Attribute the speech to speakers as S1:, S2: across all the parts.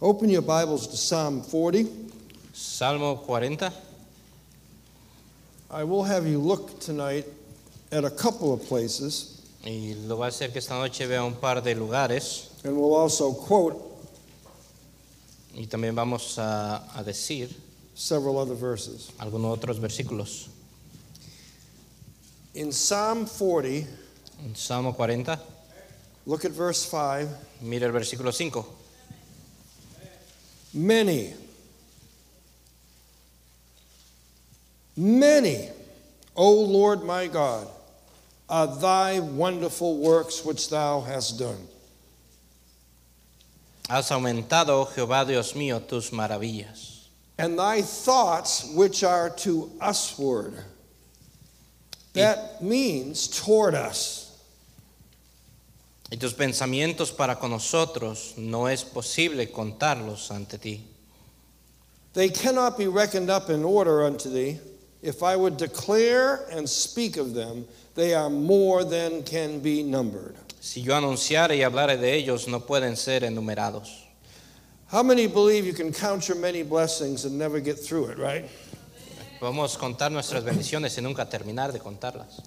S1: Open your Bibles to Psalm 40.
S2: Salmo 40.
S1: I will have you look tonight at a couple of places,
S2: Y lo va a hacer que esta noche vea un par de lugares.
S1: and we'll also quote
S2: Y también vamos a, a decir
S1: several other verses.
S2: algunos otros versículos.
S1: In Psalm 40,
S2: En Salmo 40,
S1: look at verse 5.
S2: mira el versículo 5.
S1: Many, many, O Lord my God, are thy wonderful works which thou hast done.
S2: Has aumentado, oh Jehová Dios mío, tus maravillas
S1: and thy thoughts which are to usward. That means toward us.
S2: y tus pensamientos para con nosotros. No es posible contarlos ante ti.
S1: They cannot be reckoned up in order unto thee. If I would declare and speak of them, they are more than can be numbered.
S2: Si yo anunciare y hablare de ellos, no pueden ser enumerados.
S1: How many believe you can count your many blessings and never get through it, right?
S2: Podemos contar nuestras bendiciones y nunca terminar de contarlas.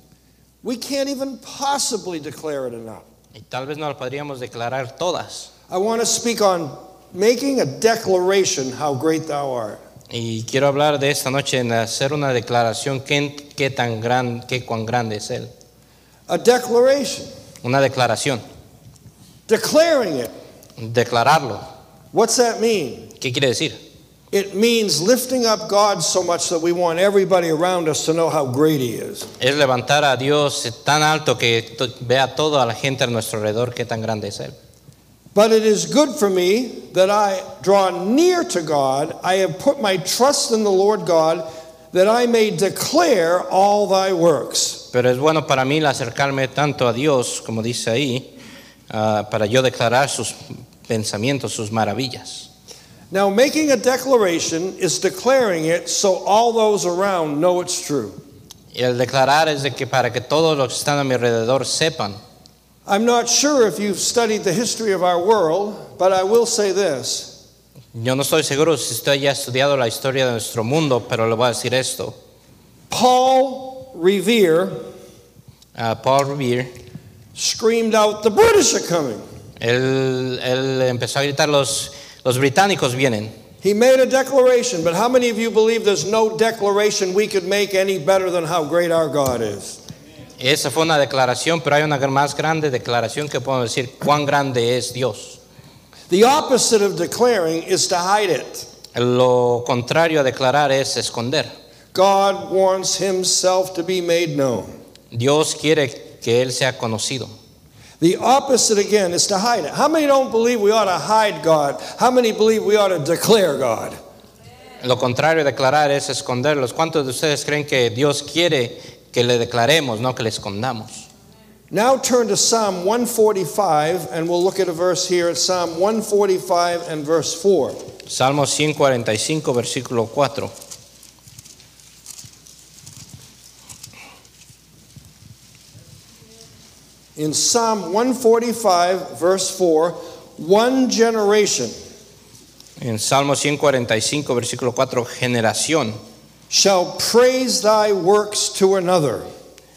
S1: We can't even possibly declare it enough.
S2: Y tal vez no las podríamos declarar todas.
S1: I want to speak on making a declaration how great thou art.
S2: Y quiero hablar de esta noche en hacer una declaración qué, qué tan gran, qué cuán grande es él.
S1: A declaration,
S2: Una declaración,
S1: declaring it.
S2: declararlo.
S1: What's that mean?
S2: ¿Qué quiere decir?
S1: It means lifting up God so much that we want everybody around us to know how great He is.
S2: Es levantar a Dios tan alto que to- vea toda la gente a nuestro alrededor qué tan grande es él.
S1: But it is good for me that I draw near to God. I have put my trust in the Lord God that I may declare all thy works.
S2: Pero es bueno para mí el acercarme tanto a Dios, como dice ahí, ah, para yo declarar sus pensamientos, sus maravillas.
S1: Now, making a declaration is declaring it so all those around know it's true.
S2: Y el declarar es de que para que todos los que están a mi alrededor sepan.
S1: I'm not sure if you've studied the history of our world, but I will say this.
S2: Yo no estoy seguro si usted ya ha estudiado la historia de nuestro mundo, pero le voy a decir esto.
S1: Paul Revere
S2: a Paul Revere,
S1: screamed out, The British are coming.
S2: él, él empezó a gritar, los, los británicos vienen.
S1: He made a declaration, but how many of you believe there's no declaration we could make any better than how great our God is?
S2: Esa fue una declaración, pero hay una gran- más grande declaración que podemos decir cuán grande es Dios.
S1: The opposite of declaring is to hide it.
S2: Lo contrario a declarar es esconder.
S1: God wants himself to be made known.
S2: Dios quiere que Él sea conocido.
S1: The opposite again is to hide it. How many don't believe we ought to hide God? How many believe we ought to declare God?
S2: Lo contrario a declarar es esconderlos. ¿Cuántos de ustedes creen que Dios quiere que le declaremos, no que le escondamos?
S1: Now turn to Psalm 145 and we'll look at a verse here at Psalm 145 and verse 4.
S2: Salmo 145, versículo 4.
S1: In Psalm 145 verse 4, one generation
S2: En Salmo 145, versículo 4, generación.
S1: shall praise thy works to another,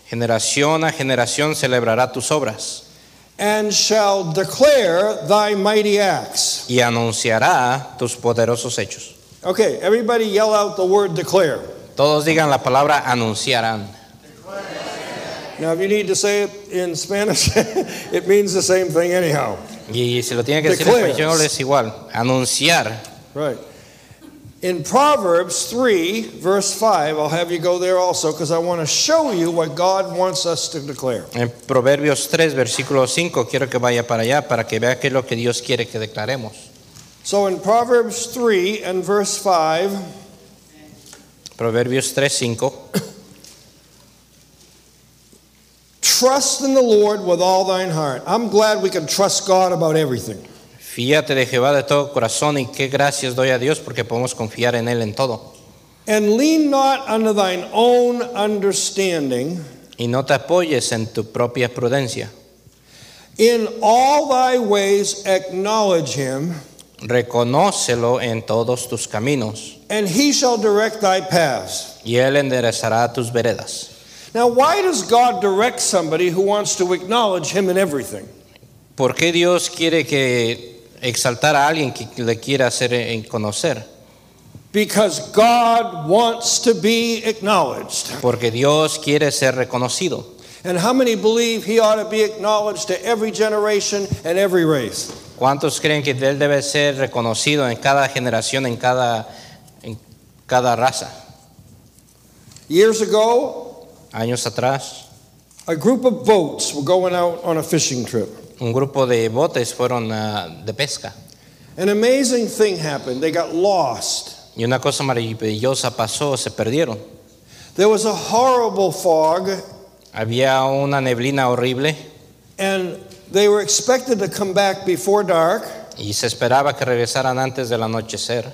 S2: Generación a generación celebrará tus obras
S1: and shall declare thy mighty acts.
S2: y anunciará tus poderosos hechos.
S1: Okay, everybody yell out the word declare.
S2: Todos digan la palabra anunciarán.
S1: Now, if you need to say it in Spanish, it means the same thing anyhow.
S2: Y si lo tiene que decir en
S1: Declares.
S2: español es igual. Anunciar.
S1: Right. In Proverbs 3, verse 5, I'll have you go there also because I want to show you what God wants us to declare.
S2: En Proverbios 3, versículo 5, quiero que vaya para allá para que vea qué es lo que Dios quiere que declaremos.
S1: So, in Proverbs 3 and verse 5,
S2: Proverbios 3, 5.
S1: trust in the Lord with all thine heart. I'm glad we can trust God about everything.
S2: Fíate de Jehová de todo corazón y qué gracias doy a Dios porque podemos confiar en Él en todo.
S1: And lean not unto thine own understanding.
S2: Y no te apoyes en tu propia prudencia.
S1: In all thy ways acknowledge him,
S2: reconócelo en todos tus caminos,
S1: and he shall direct thy paths.
S2: y Él enderezará tus veredas.
S1: Now, why does God direct somebody who wants to acknowledge him in everything?
S2: ¿Por qué Dios quiere que exaltar a alguien que le quiera hacer eh, conocer?
S1: Because God wants to be acknowledged.
S2: Porque Dios quiere ser reconocido.
S1: And how many believe he ought to be acknowledged to every generation and every race?
S2: ¿Cuántos creen que Él debe ser reconocido en cada generación, en cada, en cada raza?
S1: Years ago,
S2: Años atrás,
S1: a group of boats were going out on a fishing trip.
S2: un grupo de botes fueron ah, de pesca.
S1: An amazing thing happened. They got lost.
S2: Y una cosa maravillosa pasó, se perdieron.
S1: There was a horrible fog,
S2: Había una neblina horrible
S1: and they were expected to come back before dark,
S2: y se esperaba que regresaran antes del anochecer.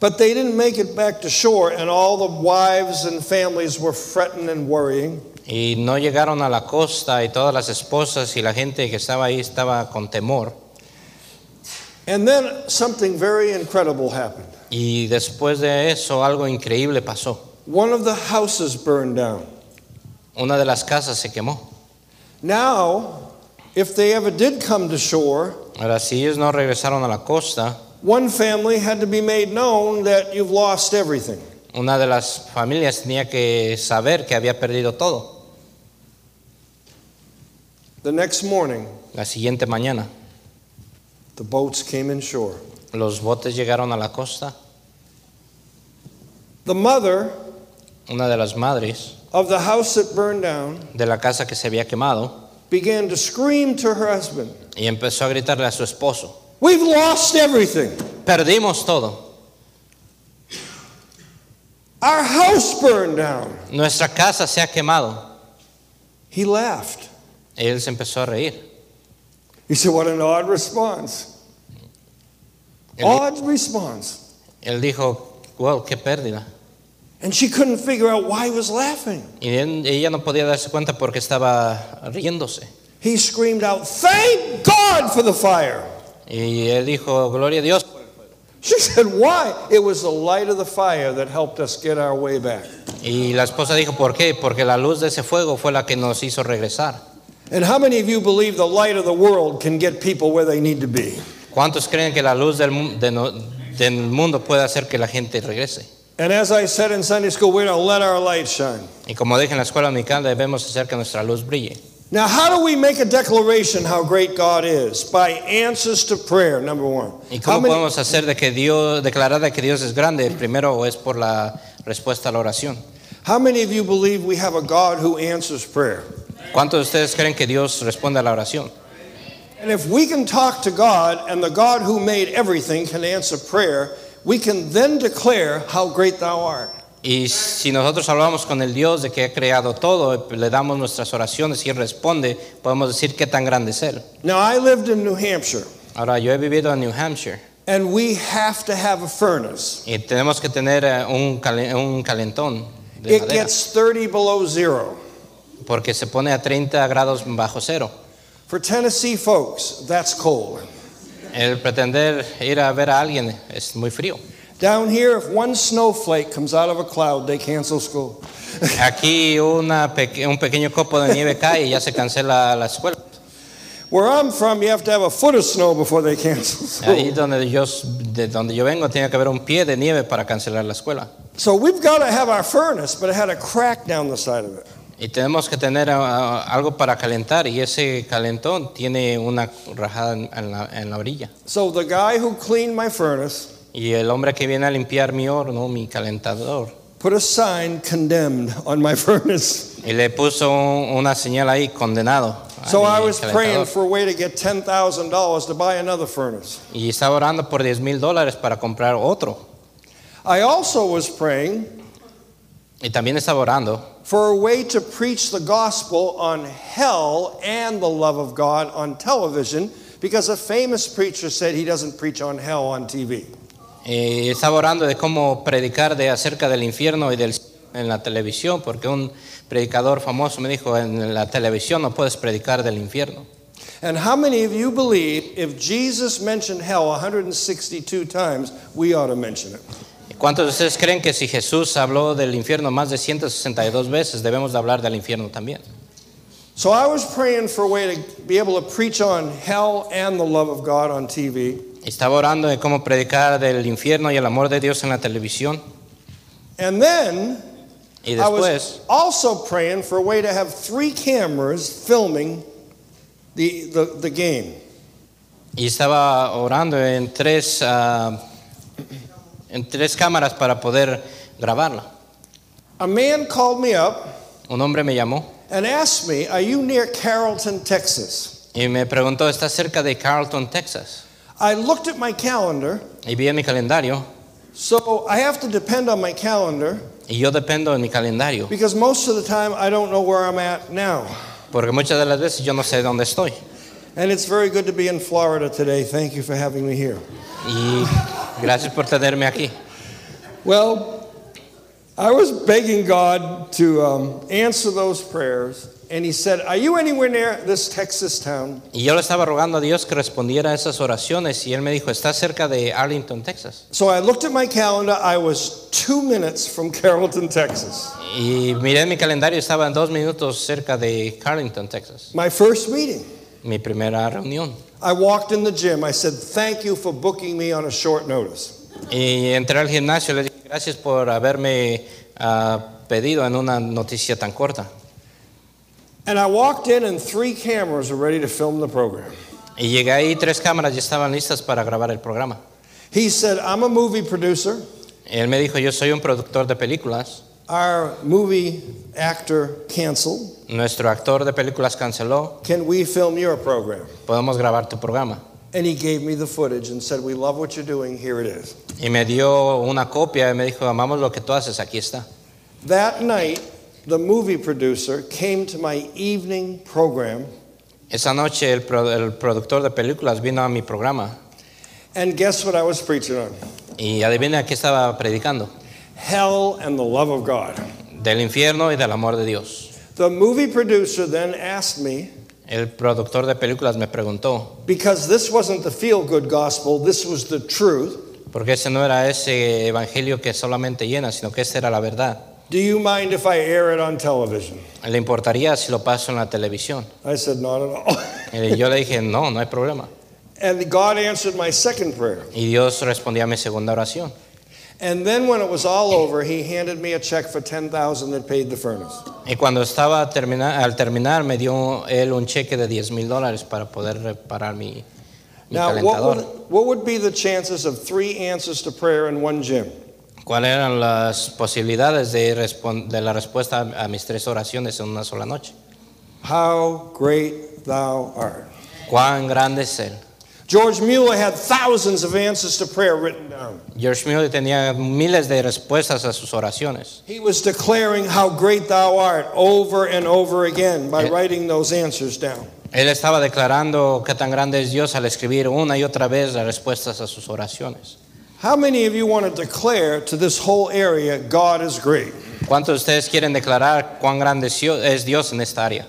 S1: but they didn't make it back to shore, and all the wives and families were fretting and worrying.
S2: Y no llegaron a la costa y todas las esposas y la gente que estaba ahí estaba con temor.
S1: And then something very incredible happened.
S2: Y después de eso algo increíble pasó.
S1: One of the houses burned down.
S2: Una de las casas se quemó.
S1: Now, if they ever did come to shore,
S2: Ahora, si ellos no regresaron a la costa,
S1: one family had to be made known that you've lost everything.
S2: una de las familias tenía que saber que había perdido todo.
S1: The next morning,
S2: La siguiente mañana,
S1: the boats came in shore.
S2: los botes llegaron a la costa.
S1: The mother
S2: Una de las madres
S1: of the house that burned down
S2: de la casa que se había quemado
S1: began to scream to her husband,
S2: y empezó a gritarle a su esposo,
S1: We've lost everything.
S2: perdimos todo.
S1: Our house burned down.
S2: Nuestra casa se ha quemado.
S1: He laughed.
S2: Él se empezó a reír.
S1: He said, What an odd response.
S2: Él, di-
S1: Odd response.
S2: él dijo, wow, qué pérdida.
S1: And she couldn't figure out why he was laughing.
S2: Y él- ella no podía darse cuenta porque estaba riéndose.
S1: He screamed out, Thank God for the fire.
S2: Y él dijo, gloria a Dios.
S1: She said, Why? It was the light of the fire that helped us get our way back.
S2: Y la esposa dijo, ¿por qué? Porque la luz de ese fuego fue la que nos hizo regresar.
S1: And how many of you believe the light of the world can get people where they need to be?
S2: ¿Cuántos creen que la luz del, mu- de no- del mundo puede hacer que la gente regrese?
S1: And as I said in Sunday school, we're going to let our light shine.
S2: Y como dije en la escuela dominical, debemos hacer que nuestra luz brille.
S1: Now, how do we make a declaration how great God is? By answers to prayer, number one.
S2: ¿Y
S1: How
S2: cómo
S1: many,
S2: podemos hacer de que Dios, declarar de que Dios es grande? Primero es por la respuesta a la oración.
S1: how many of you believe we have a God who answers prayer?
S2: ¿Cuántos de ustedes creen que Dios responde a la oración?
S1: And if we can talk to God and the God who made everything can answer prayer, we can then declare how great thou art.
S2: Y si nosotros hablamos con el Dios de que ha creado todo, le damos nuestras oraciones y Él responde, podemos decir qué tan grande es Él.
S1: Now, I lived in New Hampshire,
S2: Ahora, yo he vivido en New Hampshire
S1: and we have to have a furnace.
S2: y tenemos que tener eh, un, calen- un calentón de
S1: It
S2: madera
S1: gets 30 below zero.
S2: porque se pone a 30 grados bajo cero.
S1: For Tennessee folks, that's cold.
S2: El pretender ir a ver a alguien es muy frío.
S1: Down here, if one snowflake comes out of a cloud, they cancel school.
S2: Aquí una peque- un pequeño copo de nieve cae y ya se cancela la escuela.
S1: Where I'm from, you have to have a foot of snow before they cancel
S2: Ahí
S1: school.
S2: donde yo, s- de donde yo vengo tiene que haber un pie de nieve para cancelar la escuela.
S1: So we've got to have our furnace, but it had a crack down the side of it.
S2: Y tenemos que tener ah, algo para calentar y ese calentón tiene una rajada en en la, en la orilla.
S1: So the guy who cleaned my furnace
S2: Y el hombre que viene a limpiar mi horno, mi calentador,
S1: put a sign condemned on my furnace.
S2: y le puso un- una señal ahí, condenado. a
S1: So
S2: mi
S1: I was praying
S2: calentador.
S1: for a way to get $10,000 to buy another furnace.
S2: Y estaba orando por 10 mil dólares para comprar otro.
S1: I also was praying
S2: Y también estaba orando
S1: for a way to preach the gospel on hell and the love of God on television because a famous preacher said he doesn't preach on hell on TV.
S2: Y estaba orando de cómo predicar de acerca del infierno y del cielo en la televisión, porque un predicador famoso me dijo, en la televisión no puedes predicar del infierno.
S1: And how many of you believe if Jesus mentioned hell 162 times, we ought to mention it?
S2: ¿Cuántos de ustedes creen que si Jesús habló del infierno más de 162 veces, debemos de hablar del infierno también?
S1: So I was praying for a way to be able to preach on hell and the love of God on TV.
S2: Estaba orando de cómo predicar del infierno y el amor de Dios en la televisión.
S1: And then
S2: Y
S1: I
S2: después,
S1: was also praying for a way to have three cameras filming the, the, the game.
S2: y estaba orando en tres, ah, en tres cámaras para poder grabarlo.
S1: A man called me up
S2: Un hombre me llamó
S1: and asked me, Are you near Carrollton, Texas?
S2: y me preguntó, ¿está cerca de Carlton, Texas?
S1: I looked at my calendar,
S2: Y vi en mi calendario,
S1: so I have to depend on my calendar
S2: y yo dependo de mi calendario,
S1: because most of the time I don't know where I'm at now.
S2: porque muchas de las veces yo no sé dónde estoy.
S1: And it's very good to be in Florida today. Thank you for having me here.
S2: Y gracias por tenerme aquí.
S1: Well, I was begging God to um, answer those prayers, and He said, Are you anywhere near this Texas town?
S2: Y yo le estaba rogando a Dios que respondiera a esas oraciones y él me dijo, está cerca de Arlington, Texas.
S1: So I looked at my calendar. I was two minutes from Carrollton, Texas.
S2: Y miré en mi calendario, estaba en dos minutos cerca de Carlington, Texas.
S1: My first meeting.
S2: Mi primera reunión.
S1: I walked in the gym. I said, Thank you for booking me on a short notice.
S2: Y entré al gimnasio, le dije, gracias por haberme ah, pedido en una noticia tan corta.
S1: And I walked in, and three cameras were ready to film the program.
S2: Y llegué ahí, tres cámaras ya estaban listas para grabar el programa.
S1: He said, I'm a movie producer.
S2: Él me dijo, yo soy un productor de películas.
S1: Our movie actor canceled.
S2: Nuestro actor de películas canceló,
S1: Can we film your program?
S2: podemos grabar tu programa.
S1: And he gave me the footage and said, We love what you're doing, here it is.
S2: Y me dio una copia y me dijo, amamos lo que tú haces, aquí está.
S1: That night, the movie producer came to my evening program,
S2: Esa noche el, pro- el productor de películas vino a mi programa
S1: and guess what I was preaching on?
S2: y adivina qué estaba predicando,
S1: Hell and the love of God.
S2: del infierno y del amor de Dios.
S1: The movie producer then asked me,
S2: El productor de películas me preguntó,
S1: because this wasn't the feel good gospel, this was the truth.
S2: porque ese no era ese evangelio que solamente llena, sino que esa era la verdad.
S1: Do you mind if I air it on television?
S2: ¿Le importaría si lo paso en la televisión?
S1: I said, Not at all.
S2: Y yo le dije, no, no hay problema.
S1: and God answered my second prayer.
S2: Y Dios respondió a mi segunda oración.
S1: And then when it was all over, he handed me a check for 10,000 that paid the furnace.
S2: Y cuando estaba termina- al terminar, me dio él un cheque de 10 mil dólares para poder reparar mi, mi
S1: Now, what
S2: calentador.
S1: would, what would be the chances of three answers to prayer in one gym?
S2: ¿Cuáles eran las posibilidades de, respon- de la respuesta a mis tres oraciones en una sola noche?
S1: How great thou art.
S2: ¿Cuán grande es Él?
S1: George Mueller had thousands of answers to prayer written down.
S2: George Mueller tenía miles de respuestas a sus oraciones.
S1: He was declaring how great thou art over and over again by
S2: Yeah.
S1: writing those answers down.
S2: Él estaba declarando qué tan grande es Dios al escribir una y otra vez las respuestas a sus oraciones.
S1: How many of you want to declare to this whole area, God is great?
S2: ¿Cuántos de ustedes quieren declarar cuán grande es Dio- es Dios en esta área?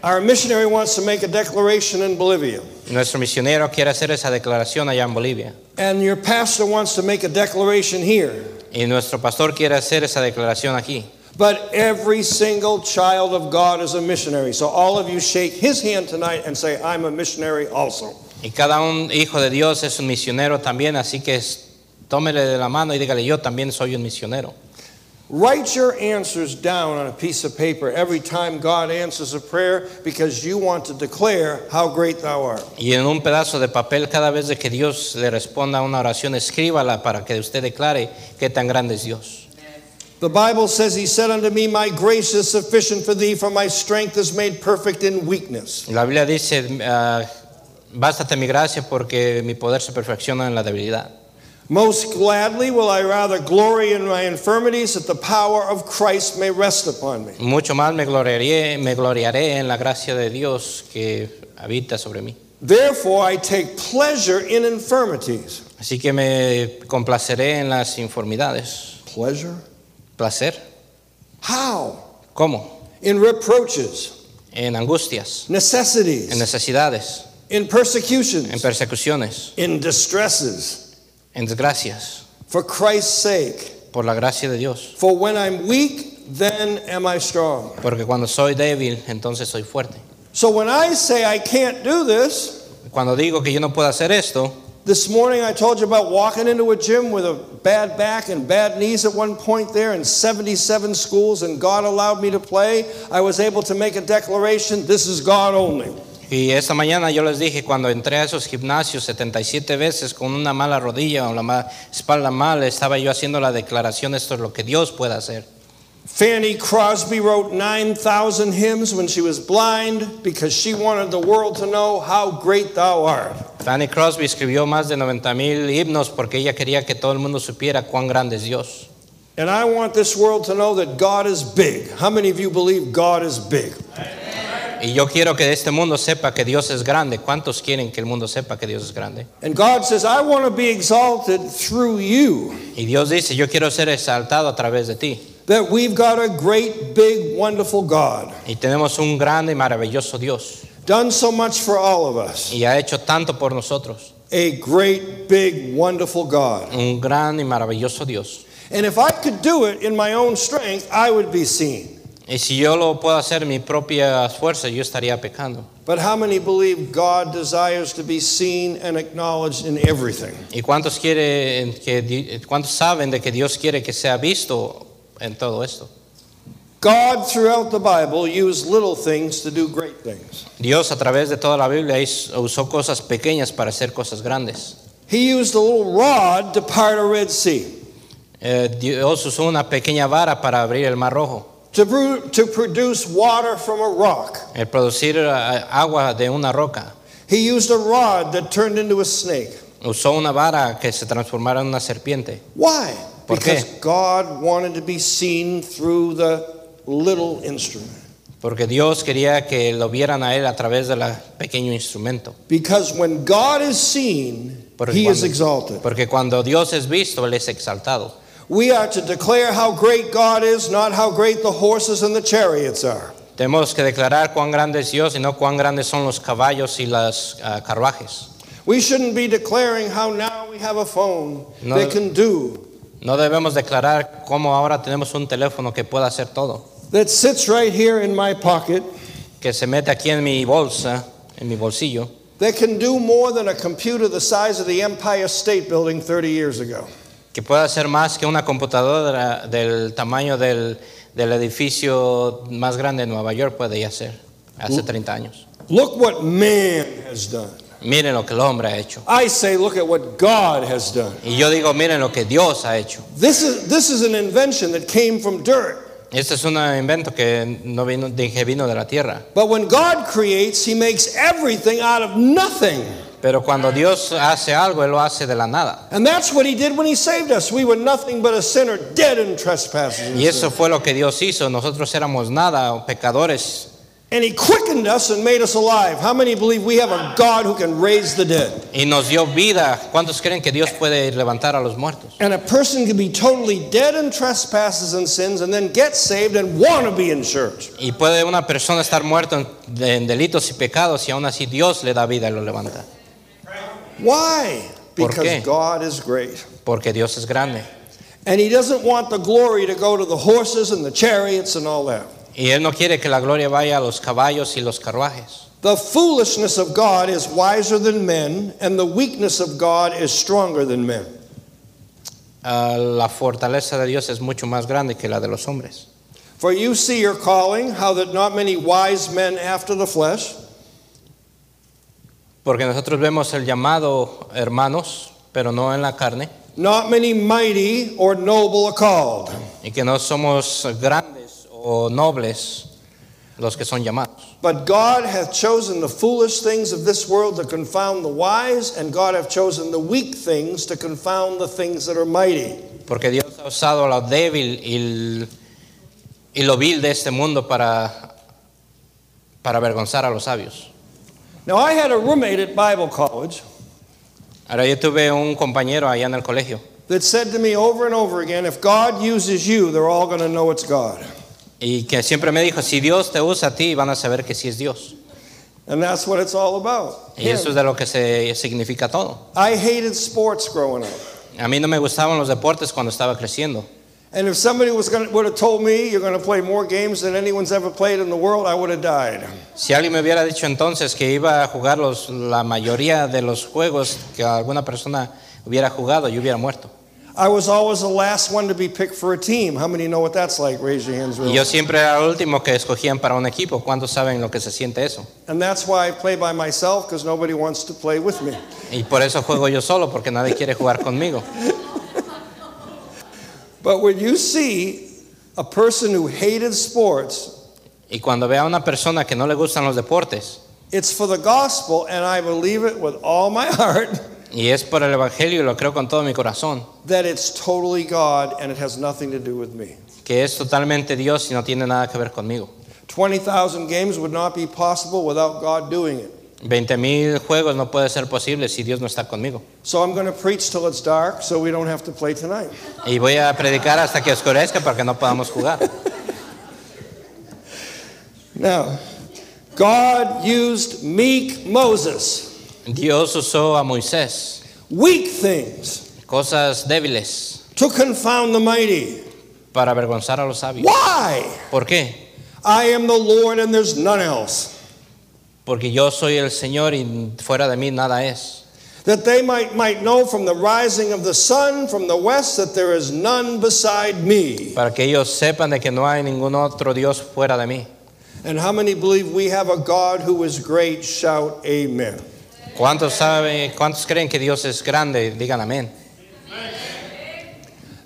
S1: Our missionary wants to make a declaration in Bolivia,
S2: Nuestro misionero quiere hacer esa declaración allá en Bolivia.
S1: and your pastor wants to make a declaration here.
S2: Y nuestro pastor quiere hacer esa declaración aquí.
S1: But every single child of God is a missionary. So all of you shake his hand tonight and say, I'm a missionary also.
S2: Y cada un hijo de Dios es un misionero también, así que es- tómele de la mano y dígale, yo también soy un misionero.
S1: Write your answers down on a piece of paper every time God answers a prayer because you want to declare how great thou art.
S2: Y en un pedazo de papel, cada vez de que Dios le responda a una oración, escríbala para que usted declare qué tan grande es Dios.
S1: The Bible says, He said unto me, My grace is sufficient for thee, for my strength is made perfect in weakness.
S2: La Biblia dice, ah, bástate mi gracia porque mi poder se perfecciona en la debilidad.
S1: Most gladly will I rather glory in my infirmities that the power of Christ may rest upon me.
S2: Mucho más me gloriaré, me gloriaré en la gracia de Dios que habita sobre mí.
S1: Therefore, I take pleasure in infirmities.
S2: Así que me complaceré en las informidades.
S1: Pleasure?
S2: ¿Placer?
S1: How?
S2: ¿Cómo?
S1: In reproaches,
S2: en angustias, en
S1: necessities,
S2: necesidades,
S1: in
S2: en
S1: persecutions,
S2: persecuciones,
S1: in distresses,
S2: en desgracias,
S1: for Christ's sake.
S2: por la gracia de Dios.
S1: For when I'm weak, then am I strong.
S2: Porque cuando soy débil, entonces soy fuerte.
S1: So when I say I can't do this,
S2: Cuando digo que yo no puedo hacer esto,
S1: this morning I told you about walking into a gym with a bad back and bad knees at one point there in 77 schools, and God allowed me to play. I was able to make a declaration this is God only.
S2: y esta mañana yo les dije, cuando entré a esos gimnasios 77 veces con una mala rodilla o la ma- espalda mal, estaba yo haciendo la declaración, esto es lo que Dios puede hacer.
S1: Fanny Crosby wrote 9,000 hymns when she was blind because she wanted the world to know how great thou art.
S2: Fanny Crosby escribió más de 90 mil himnos porque ella quería que todo el mundo supiera cuán grande es Dios.
S1: And I want this world to know that God is big. How many of you believe God is big?
S2: Y yo quiero que este mundo sepa que Dios es grande. ¿Cuántos quieren que el mundo sepa que Dios es grande?
S1: And God says, I want to be exalted through you,
S2: Y Dios dice, yo quiero ser exaltado a través de ti.
S1: that we've got a great, big, wonderful God,
S2: Y tenemos un grande y maravilloso Dios.
S1: done so much for all of us.
S2: Y ha hecho tanto por nosotros.
S1: A great, big, wonderful God.
S2: Un gran y maravilloso Dios.
S1: And if I could do it in my own strength, I would be seen.
S2: Y si yo lo puedo hacer en mi propia fuerza, yo estaría pecando.
S1: But how many believe God desires to be seen and acknowledged in everything?
S2: ¿Y cuántos, quieren que, di- cuántos saben de que Dios quiere que sea visto en todo esto?
S1: God, throughout the Bible, used little things to do great things.
S2: Dios a través de toda la Biblia hizo- usó cosas pequeñas para hacer cosas grandes.
S1: He used a little rod to part a Red Sea,
S2: Eh, Dios usó una pequeña vara para abrir el mar rojo,
S1: to, bru- to produce water from a rock.
S2: el producir eh, agua de una roca.
S1: He used a rod that turned into a snake.
S2: Usó una vara que se transformara en una serpiente,
S1: Why?
S2: Por qué?
S1: Because God wanted to be seen through the little instrument.
S2: porque Dios quería que lo vieran a Él a través del pequeño instrumento.
S1: Because when God is seen,
S2: Porque
S1: he is
S2: cuando-
S1: exalted.
S2: Porque cuando Dios es visto, Él es exaltado.
S1: We are to declare how great God is, not how great the horses and the chariots are.
S2: Tenemos que declarar cuán grande es Dios y no cuán grandes son los caballos y las ah, carruajes.
S1: We shouldn't be declaring how now we have a phone
S2: No.
S1: that can do,
S2: No debemos declarar cómo ahora tenemos un teléfono que pueda hacer todo.
S1: that sits right here in my pocket,
S2: que se mete aquí en mi bolsa, en mi bolsillo,
S1: that can do more than a computer the size of the Empire State Building 30 years ago.
S2: que pueda hacer más que una computadora del tamaño del, del edificio más grande de Nueva York puede hacer hace 30 años.
S1: Look what man has done.
S2: Miren lo que el hombre ha hecho.
S1: I say, look at what God has done.
S2: Y yo digo, miren lo que Dios ha hecho.
S1: This is, this is an invention that came from dirt.
S2: Este es un invento que no vino, dije, vino de la tierra.
S1: But when God creates, He makes everything out of nothing.
S2: Pero cuando Dios hace algo, Él lo hace de la nada.
S1: And that's what He did when He saved us. We were nothing but a sinner, dead in trespasses. And,
S2: Y eso
S1: sin.
S2: fue lo que Dios hizo. Nosotros éramos nada, pecadores.
S1: and He quickened us and made us alive. How many believe we have a God who can raise the dead?
S2: Y nos dio vida. ¿Cuántos creen que Dios puede levantar a los muertos?
S1: And a person can be totally dead in trespasses and sins and then get saved and want to be in church.
S2: Y puede una persona estar muerta en, de- en delitos y pecados y aún así Dios le da vida y lo levanta.
S1: Why?
S2: ¿Por
S1: Because
S2: qué?
S1: God is great.
S2: Porque Dios es grande.
S1: And he doesn't want the glory to go to the horses and the chariots and all that.
S2: Y Él no quiere que la gloria vaya a los caballos y los carruajes.
S1: The foolishness of God is wiser than men, and the weakness of God is stronger than men.
S2: Ah, la fortaleza de Dios es mucho más grande que la de los hombres.
S1: For you see your calling, how that not many wise men after the flesh,
S2: Porque nosotros vemos el llamado hermanos, pero no en la carne,
S1: not many mighty or noble are called.
S2: y que no somos grandes o nobles los que son llamados.
S1: But God hath chosen the foolish things of this world to confound the wise, and God hath chosen the weak things to confound the things that are mighty.
S2: Porque Dios ha usado lo débil y, el- y lo vil de este mundo para, para avergonzar a los sabios.
S1: Now, I had a roommate at Bible college
S2: Ahora yo tuve un compañero allá en el colegio
S1: that said to me over and over again, if God uses you, they're all going to know it's God.
S2: Y que siempre me dijo, si Dios te usa a ti, van a saber que sí es Dios.
S1: And that's what it's all about.
S2: Y eso es de lo que se significa todo.
S1: I hated sports growing up.
S2: A mí no me gustaban los deportes cuando estaba creciendo.
S1: And if somebody was gonna, would have told me you're going to play more games than anyone's ever played in the world, I would have died.
S2: Si alguien me hubiera dicho entonces que iba a jugar los- la mayoría de los juegos que alguna persona hubiera jugado, yo hubiera muerto.
S1: I was always the last one to be picked for a team. How many know what that's like? Raise your hands
S2: Y
S1: real.
S2: yo siempre era el último que escogían para un equipo. ¿Cuántos saben lo que se siente eso?
S1: And that's why I play by myself because nobody wants to play with me.
S2: Y por eso juego yo solo, porque nadie quiere jugar conmigo.
S1: But when you see a person who hated sports,
S2: Y cuando vea a una persona que no le gustan los deportes,
S1: it's for the gospel, and I believe it with all my heart
S2: y es por el Evangelio, y lo creo con todo mi corazón,
S1: that it's totally God and it has nothing to do with me.
S2: que es totalmente Dios y no tiene nada que ver conmigo.
S1: 20,000 games would not be possible without God doing it.
S2: 20 mil juegos no puede ser posible si Dios no está conmigo.
S1: So I'm going to preach till it's dark so we don't have to play tonight.
S2: Y voy a predicar hasta que oscurezca para que no podamos jugar.
S1: Now, God used meek Moses,
S2: Dios usó a Moisés,
S1: weak things,
S2: cosas débiles,
S1: to confound the mighty.
S2: para avergonzar a los sabios.
S1: Why?
S2: ¿Por qué?
S1: I am the Lord and there's none else.
S2: Porque yo soy el Señor y fuera de mí nada es.
S1: That they might, might know from the rising of the sun from the west that there is none beside me.
S2: Para que ellos sepan de que no hay ningún otro Dios fuera de mí.
S1: And how many believe we have a God who is great? Shout amen.
S2: ¿Cuántos saben, cuántos creen que Dios es grande? Digan amén.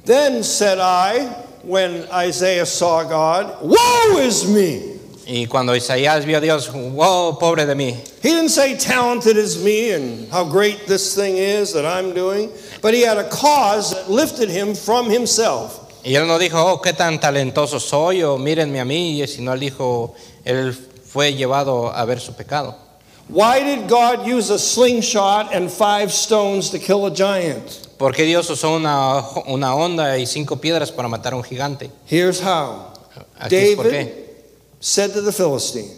S1: Then said I, when Isaiah saw God, Woe is me!
S2: Y cuando Isaías vio a Dios, wow, pobre de mí.
S1: He didn't say talented is me and how great this thing is that I'm doing, but he had a cause that lifted him from himself.
S2: Y él no dijo, oh, qué tan talentoso soy, o mírenme a mí, sino él dijo, él fue llevado a ver su pecado.
S1: Why did God use a slingshot and five stones to kill a giant?
S2: ¿Por qué Dios usó una, una onda y cinco piedras para matar a un gigante?
S1: Here's how
S2: Aquí es por
S1: David
S2: qué.
S1: said to the Philistine,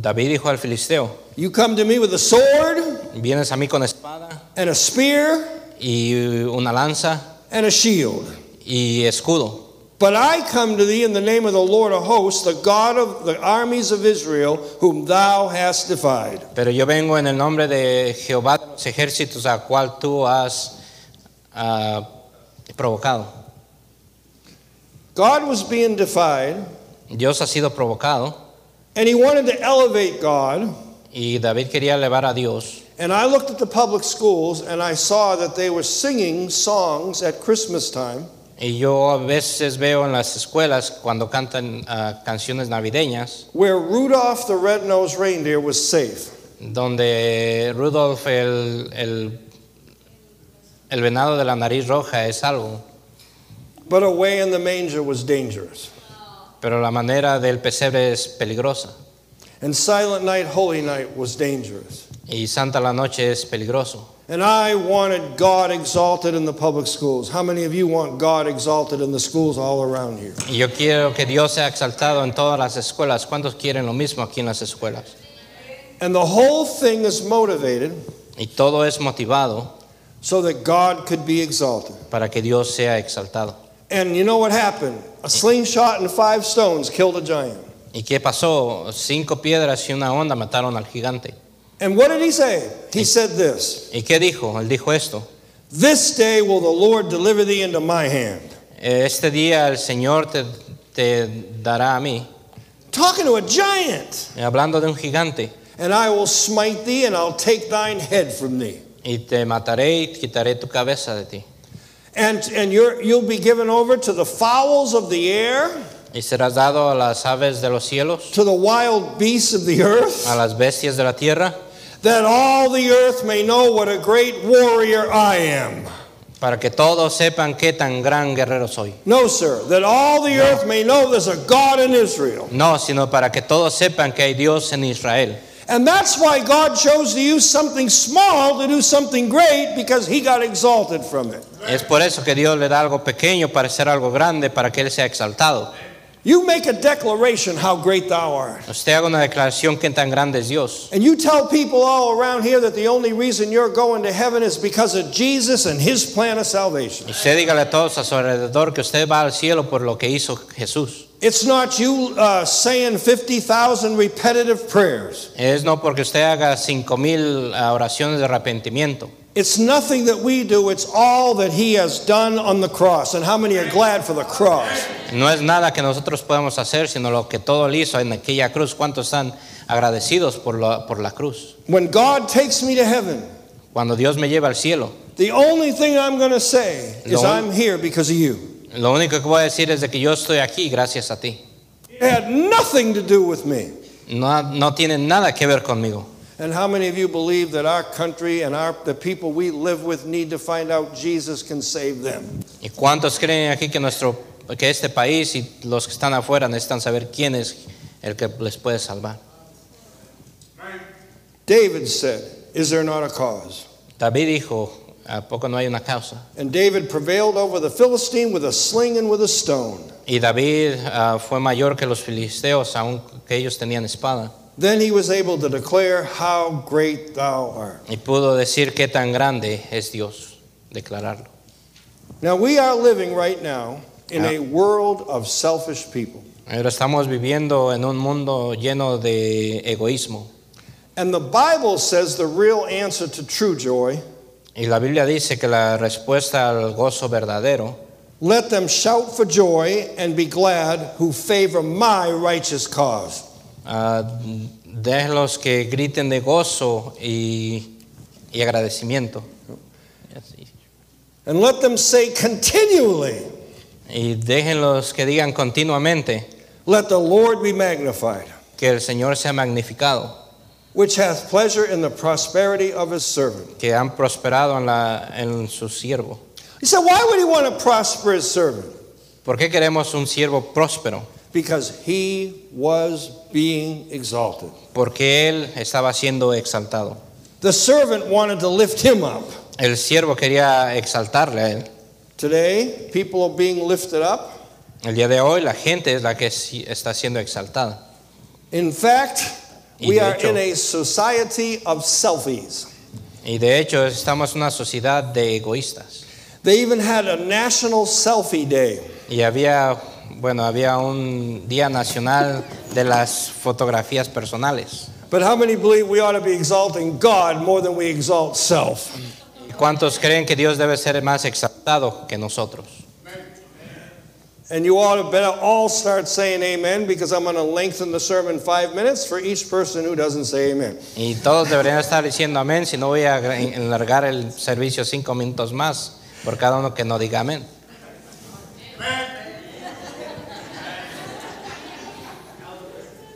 S2: David dijo al filisteo,
S1: You come to me with a sword
S2: vienes a mí con espada
S1: and a spear
S2: y una lanza
S1: and a shield.
S2: y escudo.
S1: But I come to thee in the name of the Lord of hosts, the God of the armies of Israel, whom thou hast defied.
S2: Pero yo vengo en el nombre de Jehová de los ejércitos a cual tú has ah, provocado.
S1: God was being defied,
S2: Dios ha sido provocado
S1: and he wanted to elevate God.
S2: y David quería elevar a Dios.
S1: And I looked at the public schools and I saw that they were singing songs at Christmas time
S2: Y yo a veces veo en las escuelas cuando cantan ah, canciones navideñas
S1: where Rudolph the Red-Nosed Reindeer was safe.
S2: donde Rudolf el, el, el venado de la nariz roja es algo,
S1: But away in the manger was dangerous.
S2: pero la manera del pesebre es peligrosa
S1: And Silent Night, Holy Night was dangerous.
S2: y Santa la Noche es peligroso.
S1: And I wanted God exalted in the public schools. How many of you want God exalted in the schools all around here?
S2: Y yo quiero que Dios sea exaltado en todas las escuelas. ¿Cuántos quieren lo mismo aquí en las escuelas?
S1: And the whole thing is motivated
S2: Y todo es motivado
S1: so that God could be exalted.
S2: para que Dios sea exaltado.
S1: And you know what happened? A slingshot and five stones killed a giant.
S2: ¿Y qué pasó? Cinco piedras y una onda mataron al gigante.
S1: And what did he say? He said this
S2: ¿Y qué dijo? Él dijo esto.
S1: This day will the Lord deliver thee into my hand.
S2: "Eh, Este día el Señor te, te dará a mí.
S1: Talking to a giant.
S2: Eh, Hablando de un gigante.
S1: And I will smite thee and I'll take thine head from thee.
S2: Y te mataré y quitaré tu cabeza de ti.
S1: And, and you're, you'll be given over to the fowls of the air,
S2: Y serás dado a las aves de los cielos,
S1: to the wild beasts of the earth,
S2: a las bestias de la tierra,
S1: that all the earth may know what a great warrior I am.
S2: para que todos sepan qué tan gran guerrero soy.
S1: No, sir, that all the earth may know there's a God in Israel.
S2: No, sino para que todos sepan que hay Dios en Israel.
S1: And that's why God chose to use something small to do something great because he got exalted from it.
S2: Es por eso que Dios le da algo pequeño para ser algo grande, para que Él sea exaltado.
S1: You make a declaration how great thou art.
S2: Usted haga una declaración que tan grande es Dios.
S1: And you tell people all around here that the only reason you're going to heaven is because of Jesus and his plan of salvation.
S2: Y usted dígale a todos a su alrededor que usted va al cielo por lo que hizo Jesús.
S1: It's not you uh, saying 50,000 repetitive prayers.
S2: Es no porque usted haga cinco mil ah, oraciones de arrepentimiento.
S1: It's nothing that we do, it's all that he has done on the cross. And how many are glad for the cross?
S2: No es nada que nosotros podemos hacer, sino lo que todo él hizo en aquella cruz. ¿Cuántos están agradecidos por la, por la cruz?
S1: When God takes me to heaven,
S2: Cuando Dios me lleva al cielo,
S1: the only thing I'm going to say is
S2: No.
S1: I'm here because of you.
S2: lo único que voy a decir es de que yo estoy aquí gracias a ti.
S1: It had nothing to do with me.
S2: No, no tiene nada que ver conmigo.
S1: And how many of you believe that our country and our, the people we live with need to find out Jesus can save them?
S2: ¿Y cuántos creen aquí que, nuestro, que este país y los que están afuera necesitan saber quién es el que les puede salvar?
S1: David said, Is there not a cause?
S2: David dijo, ¿a poco no hay una causa?
S1: And David prevailed over the Philistine with a sling and with a stone.
S2: Y David ah, fue mayor que los filisteos, aunque ellos tenían espada.
S1: Then he was able to declare how great thou art.
S2: Y pudo decir qué tan grande es Dios, declararlo.
S1: Now we are living right now in
S2: Yeah.
S1: a world of selfish people.
S2: Pero estamos viviendo en un mundo lleno de egoísmo.
S1: And the Bible says the real answer to true joy
S2: Y la Biblia dice que la respuesta al gozo verdadero
S1: let them shout for joy and be glad who favor my righteous cause.
S2: Ah, déjenlos que griten de gozo y, y agradecimiento.
S1: And let them say continually,
S2: Y déjenlos que digan continuamente
S1: Let the Lord be magnified,
S2: que el Señor sea magnificado,
S1: which hath pleasure in the prosperity of his servant.
S2: que han prosperado en, la, en su siervo.
S1: He said, Why would he want to prosper his servant?
S2: ¿Por qué queremos un siervo próspero?
S1: Because he was being exalted.
S2: Porque él estaba siendo exaltado.
S1: The servant wanted to lift him up.
S2: El siervo quería exaltarle a él.
S1: Today, people are being lifted up.
S2: El día de hoy la gente es la que sí está siendo exaltada.
S1: In fact,
S2: Y
S1: we
S2: de
S1: are
S2: hecho-
S1: in a society of selfies.
S2: Y de hecho estamos en una sociedad de egoístas.
S1: They even had a national selfie day.
S2: Y había, bueno, había un día nacional de las fotografías personales.
S1: But how many believe we ought to be exalting God more than we exalt self?
S2: ¿Y ¿Cuántos creen que Dios debe ser más exaltado que nosotros?
S1: And you ought to better all start saying amen because I'm going to lengthen the sermon five minutes for each person who doesn't say amen.
S2: Y todos deberían estar diciendo amén, si no voy a ag- enlargar el servicio cinco minutos más por cada uno que no diga amén.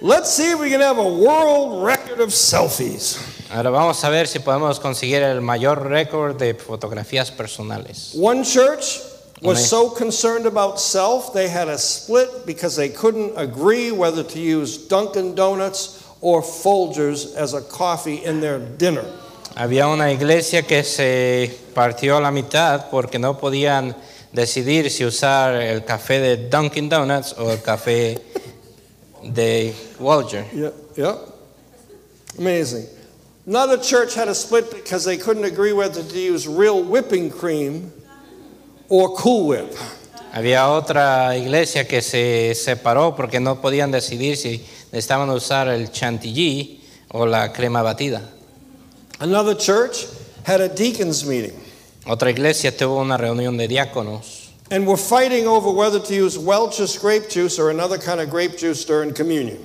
S1: Let's see if we can have a world record of selfies.
S2: Ahora vamos a ver si podemos conseguir el mayor récord de fotografías personales.
S1: One church was
S2: Amen.
S1: so concerned about self, they had a split because they couldn't agree whether to use Dunkin' Donuts or Folgers as a coffee in their dinner.
S2: Había una iglesia que se partió a la mitad porque no podían decidir si usar el café de Dunkin' Donuts o el café de Walger.
S1: Yeah, yeah. Amazing. Another church had a split because they couldn't agree whether to use real whipping cream or Cool Whip.
S2: Había otra iglesia que se separó porque no podían decidir si necesitaban usar el chantilly o la crema batida.
S1: Another church had a deacons meeting
S2: Otra iglesia tuvo una reunión de diáconos
S1: and were fighting over whether to use Welch's grape juice or another kind of grape juice during communion.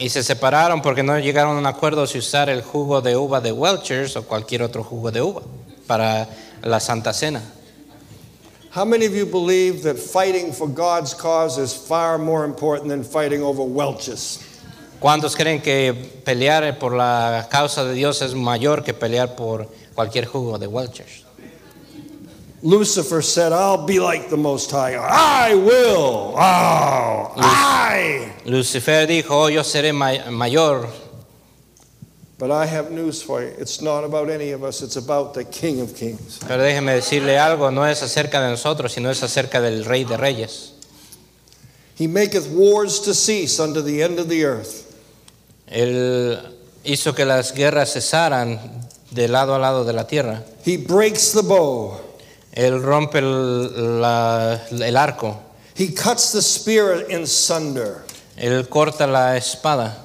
S2: y se separaron porque no llegaron a un acuerdo si usar el jugo de uva de Welchers o cualquier otro jugo de uva para la Santa Cena.
S1: How many of you believe that fighting for God's cause is far more important than fighting over Welch's?
S2: ¿Cuántos creen que pelear por la causa de Dios es mayor que pelear por cualquier jugo de Welchers?
S1: Lucifer said, I'll be like the Most High. I will. Oh, I.
S2: Lucifer dijo, "Oh, yo seré ma- mayor,
S1: But I have news for you. It's not about any of us, it's about the King of Kings.
S2: pero déjeme decirle algo, no es acerca de nosotros, sino es acerca del Rey de Reyes.
S1: He maketh wars to cease unto the end of the earth.
S2: Él hizo que las guerras cesaran de lado a lado de la tierra.
S1: He breaks the bow.
S2: Él rompe el, la- el arco.
S1: He cuts the spear in sunder.
S2: Él corta la espada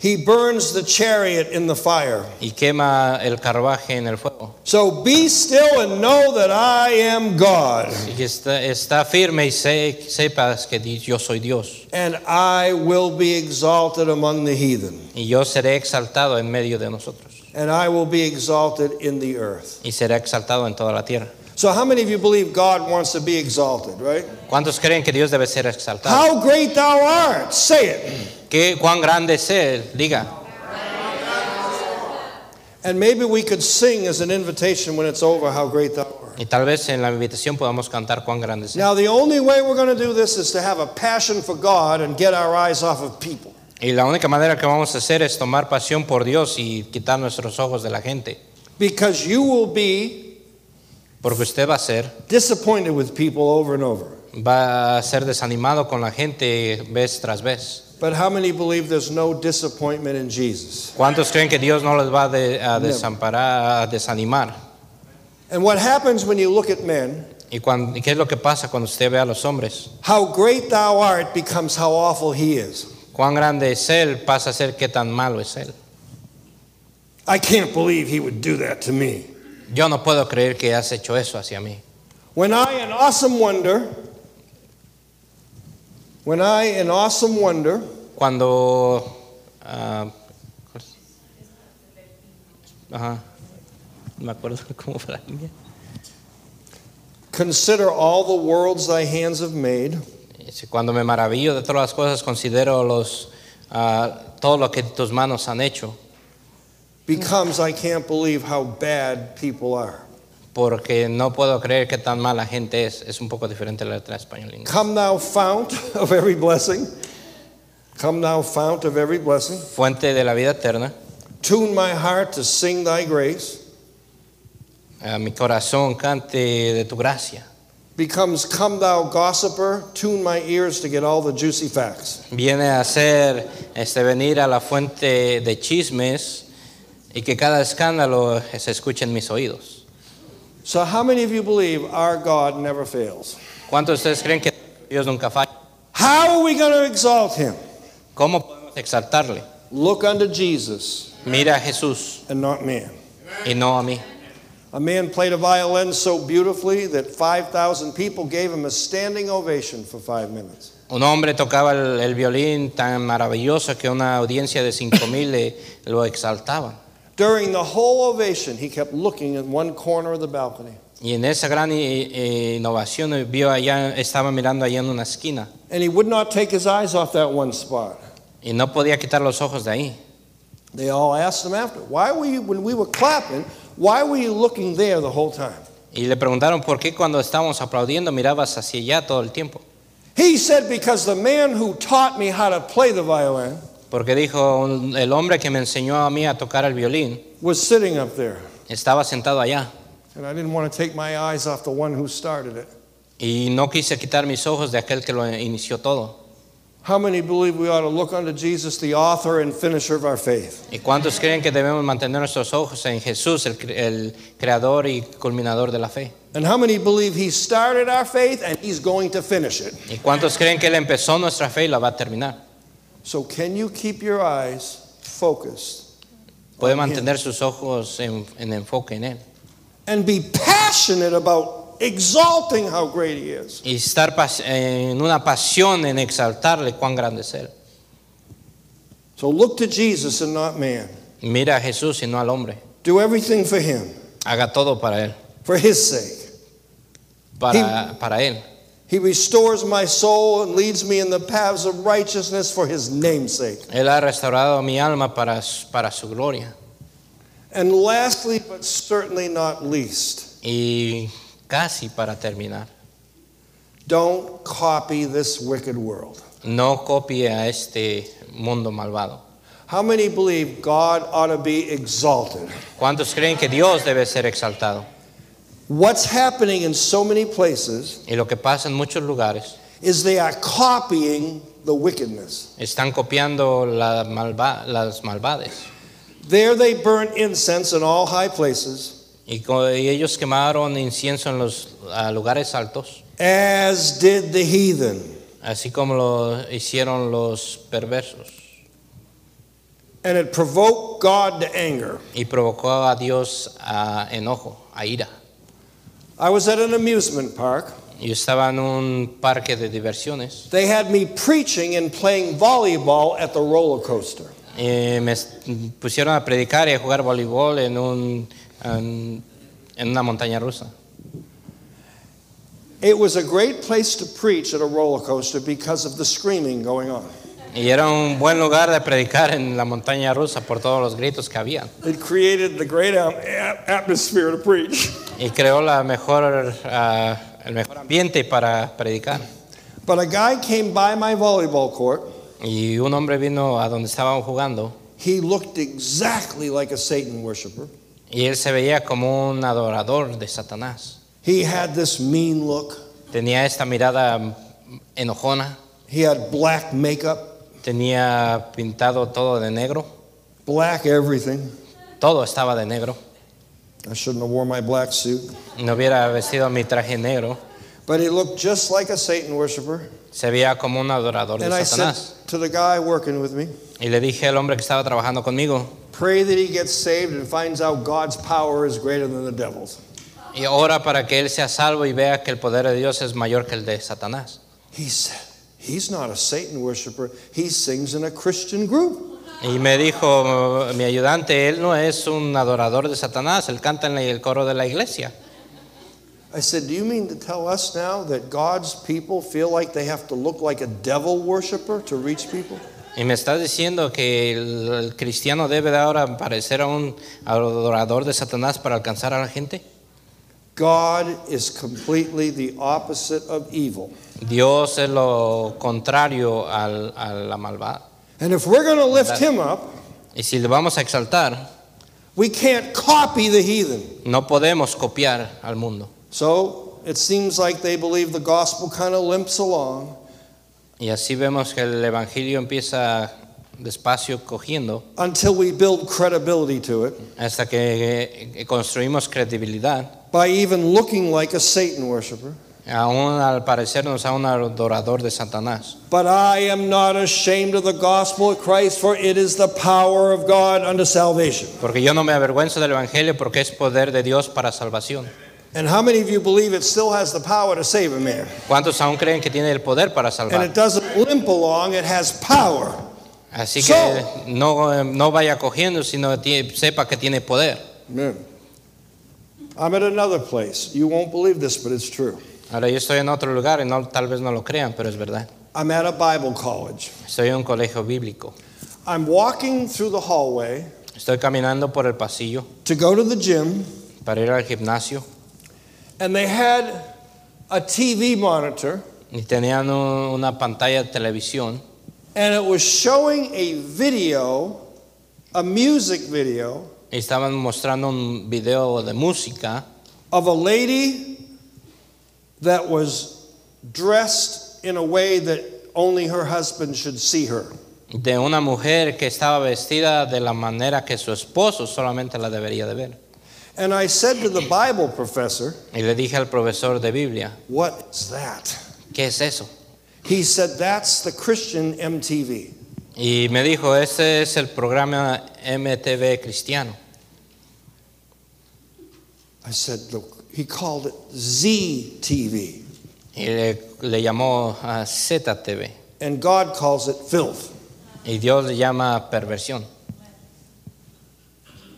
S1: He burns the chariot in the fire.
S2: y quema el carruaje en el fuego.
S1: So be still and know that I am God,
S2: Y que está, está firme y sé- sepas que di- yo soy Dios.
S1: and I will be exalted among the heathen,
S2: Y yo seré exaltado en medio de nosotros.
S1: and I will be exalted in the earth.
S2: Y seré exaltado en toda la tierra.
S1: So, how many of you believe God wants to be exalted, right?
S2: ¿Cuántos creen que Dios debe ser exaltado?
S1: How great thou art! Say it.
S2: ¿Qué, ¿Cuán grande es Él? Diga.
S1: And maybe we could sing as an invitation when it's over, How great thou art.
S2: Y tal vez en la invitación podamos cantar cuán grande es Él.
S1: Now, the only way we're going to do this is to have a passion for God and get our eyes off of people.
S2: Y la única manera que vamos a hacer es tomar pasión por Dios y quitar nuestros ojos de la gente.
S1: Because you will be
S2: Porque usted va a ser,
S1: disappointed with people over and over.
S2: va a ser desanimado con la gente vez tras vez.
S1: But how many believe there's no disappointment in Jesus?
S2: ¿Cuántos creen que Dios no les va a de- a
S1: Never.
S2: desamparar, a desanimar?
S1: And what happens when you look at men,
S2: ¿Y, cuan- y qué es lo que pasa cuando usted ve a los hombres?
S1: how great thou art becomes how awful he is.
S2: ¿Cuán grande es Él? Pasa a ser qué tan malo es Él.
S1: I can't believe he would do that to me.
S2: Yo no puedo creer que has hecho eso hacia mí.
S1: When I, in awesome wonder, when I, in awesome wonder,
S2: Cuando... ah, ajá, no me acuerdo cómo fue la línea.
S1: consider all the worlds thy hands have made,
S2: Dice, Cuando me maravillo de todas las cosas, considero los, ah, todo lo que tus manos han hecho,
S1: becomes I can't believe how bad people are.
S2: porque no puedo creer que tan mala gente es. Es un poco diferente la letra española. e inglés.
S1: Come thou fount of every blessing, come thou fount of every blessing,
S2: Fuente de la vida eterna,
S1: tune my heart to sing thy grace.
S2: ah, mi corazón cante de tu gracia.
S1: becomes come thou gossiper tune my ears to get all the juicy facts
S2: Viene a ser, este, venir a la fuente de chismes y que cada escándalo se escuche en mis oídos.
S1: so how many of you believe our god never fails
S2: ¿Cuántos de ustedes creen que Dios nunca falla?
S1: how are we going to exalt him
S2: ¿Cómo podemos exaltarle?
S1: look unto jesus
S2: Mira a Jesús
S1: and not man
S2: y no a mí.
S1: a man played a violin so beautifully that 5000 people gave him a standing ovation for 5 minutes
S2: Un hombre tocaba el, el violín tan maravilloso que una audiencia de 5.000 le- lo exaltaba.
S1: during the whole ovation he kept looking in one corner of the balcony
S2: Y en esa gran i- eh, innovación eh, vio allá, estaba mirando allá en una esquina
S1: and he would not take his eyes off that one spot
S2: y no podía quitar los ojos de ahí.
S1: they all asked him after why were you when we were clapping why were you looking there the whole time
S2: Y le preguntaron por qué cuando estábamos aplaudiendo mirabas hacia allá todo el tiempo.
S1: He said, Because the man who taught me how to play the violin
S2: Porque dijo, "Un- el hombre que me enseñó a mí a tocar el violín
S1: was sitting up there,
S2: estaba sentado allá
S1: and I didn't want to take my eyes off the one who started it.
S2: y no quise quitar mis ojos de aquel que lo inició todo.
S1: How many believe we ought to look unto Jesus, the author and finisher of our faith?
S2: ¿Y cuántos creen que debemos mantener nuestros ojos en Jesús, el, cre- el creador y culminador de la fe?
S1: And how many believe he started our faith and he's going to finish it?
S2: ¿Y cuántos creen que Él empezó nuestra fe y la va a terminar?
S1: So, can you keep your eyes focused
S2: Puede mantener sus ojos en, en enfoque en Él.
S1: and be passionate about exalting how great he is?
S2: Y estar pas- en una pasión en exaltarle cuán grande es Él.
S1: So, look to Jesus and not man.
S2: Mira a Jesús y no al hombre.
S1: Do everything for him,
S2: Haga todo para Él.
S1: for his sake.
S2: Para, para Él.
S1: He restores my soul and leads me in the paths of righteousness for his namesake.
S2: Él ha restaurado mi alma para, su- para su gloria.
S1: And lastly, but certainly not least,
S2: Y casi para terminar.
S1: don't copy this wicked world.
S2: No copie a este mundo malvado.
S1: How many believe God ought to be exalted?
S2: ¿Cuántos creen que Dios debe ser exaltado?
S1: What's happening in so many places
S2: Y lo que pasa en muchos lugares
S1: is they are copying the wickedness.
S2: Están copiando la malva- las malvades.
S1: There they burnt incense in all high places,
S2: Y, co- y ellos quemaron incienso en los ah, lugares altos,
S1: as did the heathen.
S2: así como lo hicieron los perversos.
S1: And it provoked God to anger.
S2: Y provocó a Dios a enojo, a ira.
S1: I was at an amusement park.
S2: Yo estaba en un parque de diversiones.
S1: They had me preaching and playing volleyball at the roller coaster.
S2: Eh, me s- pusieron a predicar y a jugar voleibol en, un, en- en una montaña rusa.
S1: It was a great place to preach at a roller coaster because of the screaming going on.
S2: Y era un buen lugar de predicar en la montaña rusa por todos los gritos que había.
S1: It created the great am- a- atmosphere to preach.
S2: Y creó la mejor, ah, el mejor ambiente para predicar.
S1: But a guy came by my volleyball court.
S2: Y un hombre vino a donde estaban jugando
S1: He looked exactly like a Satan worshiper.
S2: y él se veía como un adorador de Satanás.
S1: He had this mean look.
S2: Tenía esta mirada enojona,
S1: He had black makeup,
S2: tenía pintado todo de negro,
S1: black everything.
S2: todo estaba de negro.
S1: I shouldn't have worn my black suit.
S2: No hubiera vestido mi traje negro,
S1: But he looked just like a Satan worshiper.
S2: se veía como un adorador
S1: And I
S2: de Satanás.
S1: said to the guy working with me,
S2: Y le dije al hombre que estaba trabajando conmigo,
S1: pray that he gets saved and finds out God's power is greater than the devil's.
S2: y ora para que él sea salvo y vea que el poder de Dios es mayor que el de Satanás.
S1: He said, he's not a Satan worshiper. He sings in a Christian group.
S2: Y me dijo mi ayudante, él no es un adorador de Satanás, él canta en la- el coro de la iglesia.
S1: I said, do you mean to tell us now that God's people feel like they have to look like a devil worshiper to reach people?
S2: Y me estás diciendo que el, el cristiano debe de ahora parecer a un adorador de Satanás para alcanzar a la gente.
S1: God is completely the opposite of evil.
S2: Dios es lo contrario al- a la malvada.
S1: And if we're going to lift him up,
S2: Y si le vamos a exaltar,
S1: we can't copy the heathen.
S2: no podemos copiar al mundo.
S1: So it seems like they believe the gospel kind of limps along
S2: Y así vemos que el evangelio empieza despacio cogiendo
S1: until we build credibility to it
S2: hasta que eh, construimos credibilidad.
S1: by even looking like a Satan worshiper.
S2: Aún al parecernos a un adorador de Satanás.
S1: But I am not ashamed of the gospel of Christ, for it is the power of God unto salvation.
S2: Porque yo no me avergüenzo del evangelio porque es poder de Dios para salvación.
S1: And how many of you believe it still has the power to save a man?
S2: ¿Cuántos aún creen que tiene el poder para
S1: And
S2: salvar?
S1: it doesn't limp along, it has power.
S2: Así
S1: So-
S2: que no, eh, no vaya cogiendo, sino tie- sepa que tiene poder.
S1: Amen. I'm at another place. You won't believe this, but it's true.
S2: Ahora yo estoy en otro lugar y no, tal vez no lo crean, pero es verdad.
S1: I'm at a Bible college.
S2: Estoy en un colegio bíblico.
S1: I'm walking through the hallway
S2: Estoy caminando por el pasillo
S1: to go to the gym.
S2: para ir al gimnasio
S1: and they had a TV monitor,
S2: y tenían un- una pantalla de televisión
S1: and it was showing a video, a music video,
S2: y estaban mostrando un video de música
S1: of a lady that was dressed in a way that only her husband should see her.
S2: de una mujer que estaba vestida de la manera que su esposo solamente la debería de ver.
S1: And I said to the Bible professor,
S2: Y le dije al profesor de Biblia,
S1: What is that?
S2: ¿qué es eso?
S1: He said, That's the Christian MTV.
S2: Y me dijo, ese es el programa MTV cristiano.
S1: I said, Look, he called it ZTV,
S2: Y le, le llamó a ZTV.
S1: and God calls it filth.
S2: Y Dios le llama perversión.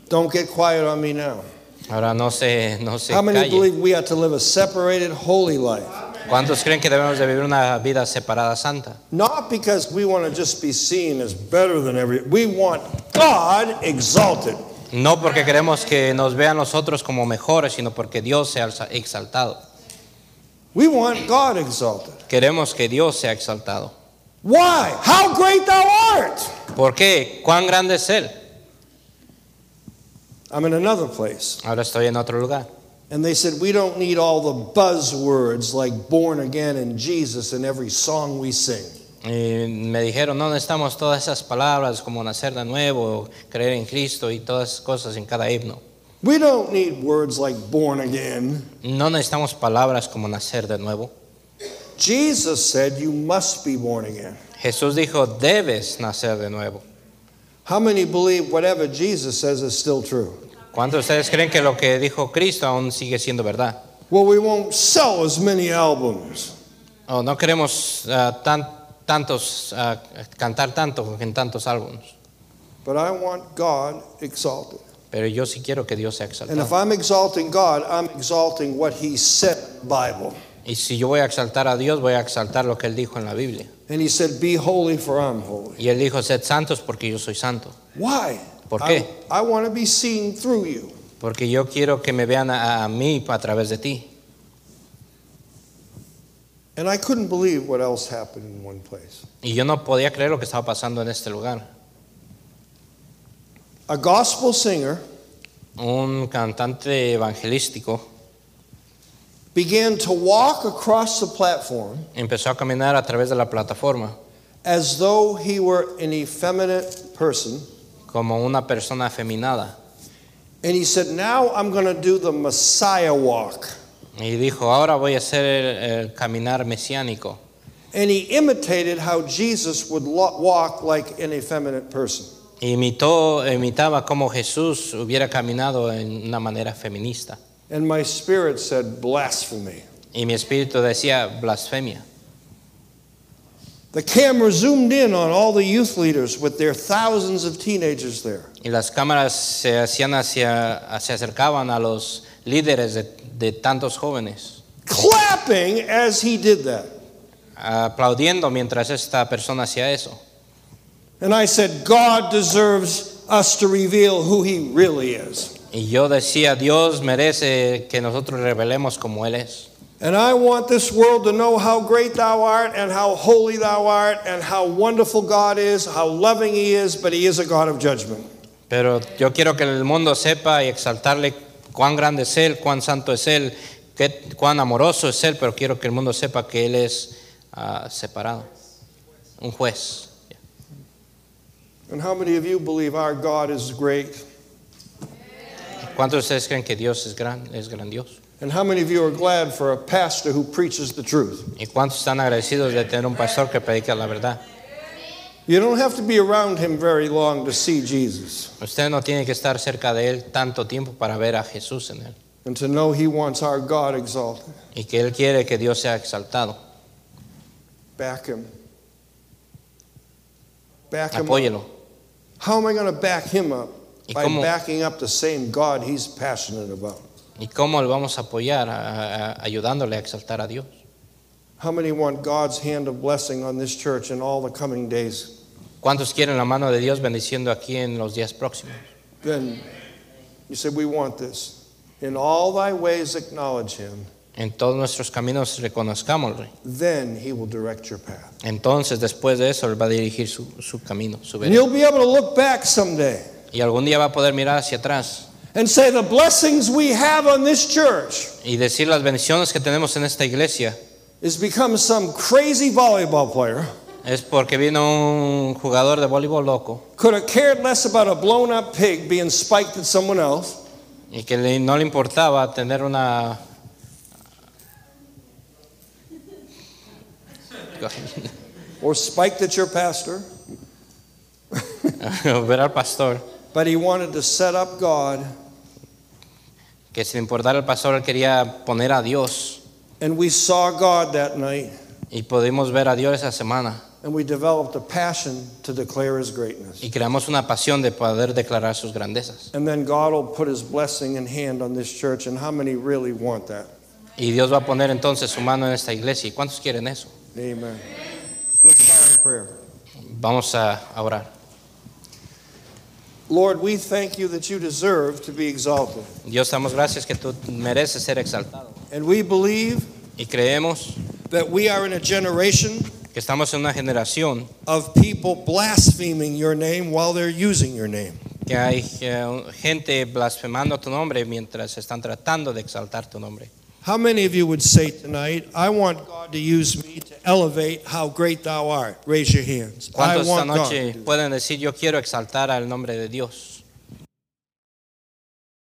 S1: Don't get quiet on me now.
S2: Ahora no se, no se
S1: How many
S2: calle.
S1: believe we are to live a separated, holy life?
S2: ¿Cuántos creen que debemos de vivir una vida separada santa?
S1: Not because we want to just be seen as better than every. We want God exalted.
S2: No porque queremos que nos vean nosotros como mejores, sino porque Dios sea alza- exaltado.
S1: We want God exalted.
S2: Queremos que Dios sea exaltado.
S1: Why? How great thou art!
S2: ¿Por qué? ¿Cuán grande es Él?
S1: I'm in another place.
S2: Ahora estoy en otro lugar.
S1: And they said, We don't need all the buzzwords like born again and Jesus in every song we sing.
S2: Y me dijeron, no necesitamos todas esas palabras como nacer de nuevo, creer en Cristo y todas esas cosas en cada himno.
S1: We don't need words like born again.
S2: No necesitamos palabras como nacer de nuevo.
S1: Jesus said, You must be born again.
S2: Jesús dijo, debes nacer de nuevo.
S1: How many believe whatever Jesus says is still true?
S2: ¿Cuántos de ustedes creen que lo que dijo Cristo aún sigue siendo verdad?
S1: Well, we won't sell as many albums.
S2: Oh, no queremos ah, tan- tantos, ah, cantar tanto en tantos álbumes,
S1: But I want God exalted.
S2: pero yo sí quiero que Dios sea exaltado.
S1: And if I'm exalting God, I'm exalting what He said in the Bible.
S2: Y si yo voy a exaltar a Dios, voy a exaltar lo que Él dijo en la Biblia.
S1: And He said, Be holy, for I'm holy.
S2: Y Él dijo, sed santos porque yo soy santo.
S1: Why?
S2: ¿Por
S1: I-
S2: qué?
S1: I, want to be seen through you.
S2: Porque yo quiero que me vean a, a mí a través de ti.
S1: And I couldn't believe what else happened in one place.
S2: Y yo no podía creer lo que estaba pasando en este lugar.
S1: A gospel singer
S2: Un cantante evangelístico
S1: began to walk across the platform
S2: empezó a caminar a través de la plataforma
S1: as though he were an effeminate person.
S2: como una persona afeminada.
S1: And he said, Now I'm going to do the Messiah walk.
S2: Y dijo, ahora voy a hacer el, el caminar mesiánico.
S1: And he imitated how Jesus would lo- walk like an effeminate person.
S2: Imitó, imitaba como Jesús hubiera caminado en una manera feminista.
S1: And my spirit said, Blasphemy.
S2: Y mi espíritu decía blasfemia.
S1: The camera zoomed in on all the youth leaders with their thousands of teenagers there.
S2: Y las cámaras se hacían hacia, se acercaban a los líderes de, de tantos jóvenes,
S1: clapping as he did that.
S2: aplaudiendo mientras esta persona hacía eso.
S1: And I said, God deserves us to reveal who he really is.
S2: Y yo decía, Dios merece que nosotros revelemos como Él es.
S1: And I want this world to know how great thou art and how holy thou art and how wonderful God is, how loving he is, but he is a God of judgment.
S2: Pero yo quiero que el mundo sepa y exaltarle cuán grande es Él, cuán santo es Él, qué- cuán amoroso es Él, pero quiero que el mundo sepa que Él es ah, separado, un juez.
S1: And how many of you believe our God is great?
S2: ¿Cuántos de ustedes creen que Dios es, gran, es grandioso?
S1: And how many of you are glad for a pastor who preaches the truth?
S2: ¿Y cuántos están agradecidos de tener un pastor que predica la verdad?
S1: You don't have to be around him very long to see Jesus
S2: Usted no tiene que estar cerca de él tanto tiempo para ver a Jesús en él
S1: and to know he wants our God exalted.
S2: y que él quiere que Dios sea exaltado.
S1: Back him. Back him. up.
S2: Apóyelo.
S1: How am I going to back him up?
S2: ¿Y
S1: By
S2: cómo,
S1: backing up the same God he's passionate about.
S2: ¿Y cómo lo vamos a apoyar? A- a- ayudándole a exaltar a Dios.
S1: How many want God's hand of blessing on this church in all the coming days?
S2: ¿Cuántos quieren la mano de Dios bendiciendo aquí en los días próximos?
S1: Then you say, We want this. In all thy ways acknowledge him,
S2: En todos nuestros caminos reconozcámosle.
S1: then he will direct your path.
S2: Entonces, después de eso, él va a dirigir su, su camino, su
S1: And
S2: vereda.
S1: you'll be able to look back someday
S2: Y algún día va a poder mirar hacia atrás
S1: and say, The blessings we have on this church
S2: y decir las bendiciones que tenemos en esta iglesia.
S1: is become some crazy volleyball player.
S2: Es porque vino un jugador de voleibol loco
S1: Could have cared less about a blown up pig being spiked at someone else.
S2: y que le- no le importaba tener una...
S1: or spiked at your pastor,
S2: ver al pastor,
S1: but he wanted to set up God,
S2: que sin importar al pastor él quería poner a Dios
S1: and we saw God that night,
S2: y pudimos ver a Dios esa semana
S1: and we developed a passion to declare his greatness.
S2: y creamos una pasión de poder declarar sus grandezas.
S1: And then God will put his blessing and hand on this church, and how many really want that?
S2: Y Dios va a poner entonces su mano en esta iglesia. ¿Y cuántos quieren eso?
S1: Amen. Let's start in prayer.
S2: Vamos a a orar.
S1: Lord, we thank you that you deserve to be exalted,
S2: Dios, damos gracias que tú mereces ser exaltado.
S1: and we believe
S2: Y creemos
S1: that we are in a generation
S2: que estamos en una generación
S1: of people blaspheming your name while they're using your name.
S2: que hay eh, un- gente blasfemando tu nombre mientras están tratando de exaltar tu nombre.
S1: How many of you would say tonight, I want God to use me to elevate how great thou art? Raise your hands. I
S2: ¿Cuántos esta
S1: want God. to
S2: noche
S1: do that.
S2: pueden decir yo quiero exaltar al nombre de Dios?